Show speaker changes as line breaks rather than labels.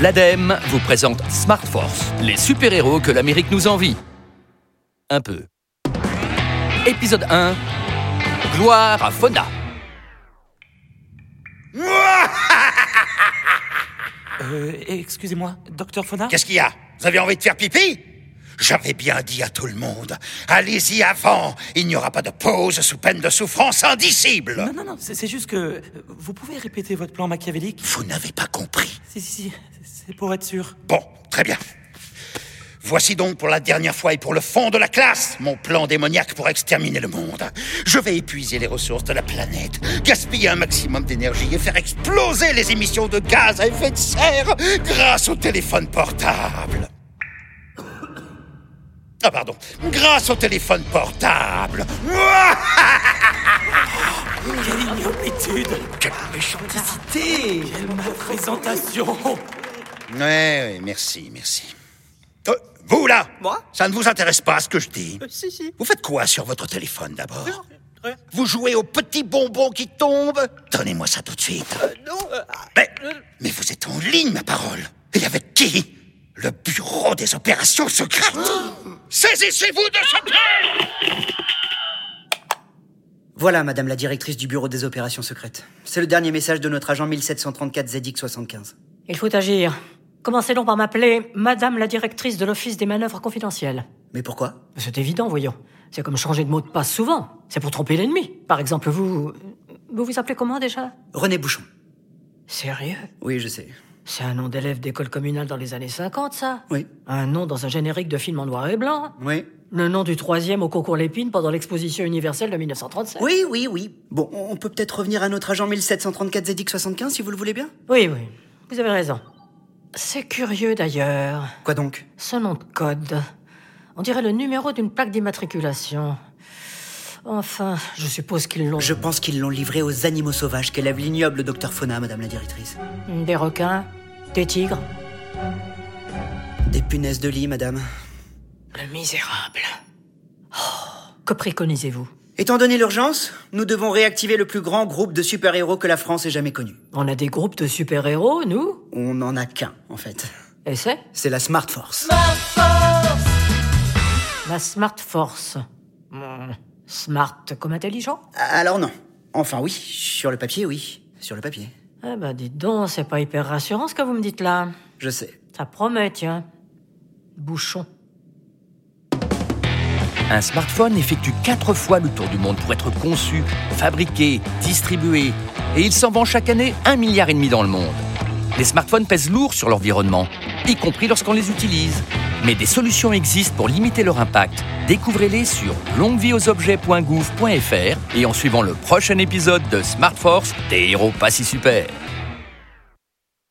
l'ADEME E vous présente Smart Force, les super-héros que l'Amérique nous envie. Un peu. Épisode 1 Gloire à Fauna.
Euh, excusez-moi, docteur Fauna
Qu'est-ce qu'il y a Vous avez envie de faire pipi J'avais bien dit à tout le monde, allez-y avant, il n'y aura pas de pause sous peine de souffrance indicible.
Non, non, non, c'est c'est juste que... euh, Vous pouvez répéter votre plan machiavélique
Vous n'avez pas compris.
Si, si, si, c'est pour être sûr.
Bon, très bien. Voici donc pour la dernière fois et pour le fond de la classe mon plan démoniaque pour exterminer le monde. Je vais épuiser les ressources de la planète, gaspiller un maximum d'énergie et faire exploser les émissions de gaz à effet de serre grâce au téléphone portable. Ah pardon, grâce au téléphone portable. Ouah
Quelle ignomitude
Quelle méchanceté
Quelle présentation
Ouais, ouais, merci, merci. Euh, vous là
Moi Euh,
Ça ne vous intéresse pas ce que je dis
Si, si.
Vous faites quoi sur votre téléphone d'abord Vous jouez au petit bonbon qui tombe Donnez-moi ça tout de suite.
Non, euh, ah,
Mais,
euh,
mais vous êtes en ligne, ma parole. Et avec qui Le bureau des opérations secrètes
Oh
Saisissez-vous de
Ah
ce plan
Voilà, madame la directrice du bureau des opérations secrètes. C'est le dernier message de notre agent 1734 ZX75.
Il faut agir. Commencez donc par m'appeler Madame la directrice de l'Office des manœuvres confidentielles.
Mais pourquoi
C'est évident, voyons. C'est comme changer de mot de passe souvent. C'est pour tromper l'ennemi. Par exemple, vous. euh, Vous vous appelez comment déjà
René Bouchon.
Sérieux
Oui, je sais.
C'est un nom d'élève d'école communale dans les années 50, ça
Oui.
Un nom dans un générique de film en noir et blanc
Oui.
Le nom du troisième au concours Lépine pendant l'exposition universelle de 1937
Oui, oui, oui. Bon, on on peut peut-être revenir à notre agent 1734 ZX75 si vous le voulez bien
Oui, oui. Vous avez raison. C'est curieux d'ailleurs.
Quoi donc
Ce nom de code. On dirait le numéro d'une plaque d'immatriculation. Enfin, je suppose qu'ils l'ont.
Je pense qu'ils l'ont livré aux animaux sauvages qu'élève l'ignoble docteur Fauna, madame la directrice.
Des requins, des tigres.
Des punaises de lit, madame.
Le misérable. Oh, que préconisez-vous
Étant donné l'urgence, nous devons réactiver le plus grand groupe de super-héros que la France ait jamais connu.
On a des groupes de super-héros, nous
On n'en a qu'un, en fait.
Et c'est
C'est la Smart Force.
la Smart Force. Hmm, Smart comme intelligent
Alors non. Enfin oui, sur le papier, oui. Sur le papier.
Eh ben, dites donc, c'est pas hyper rassurant ce que vous me dites là.
Je sais.
Ça promet, tiens. Bouchon.
Un smartphone effectue quatre fois le tour du monde pour être conçu, fabriqué, distribué, et il s'en vend chaque année un milliard et demi dans le monde. Les smartphones pèsent lourd sur l'environnement, y compris lorsqu'on les utilise. Mais des solutions existent pour limiter leur impact. Découvrez-les sur longuevieauxobjets.gouv.fr et en suivant le prochain épisode de Smart Force, des héros pas si super.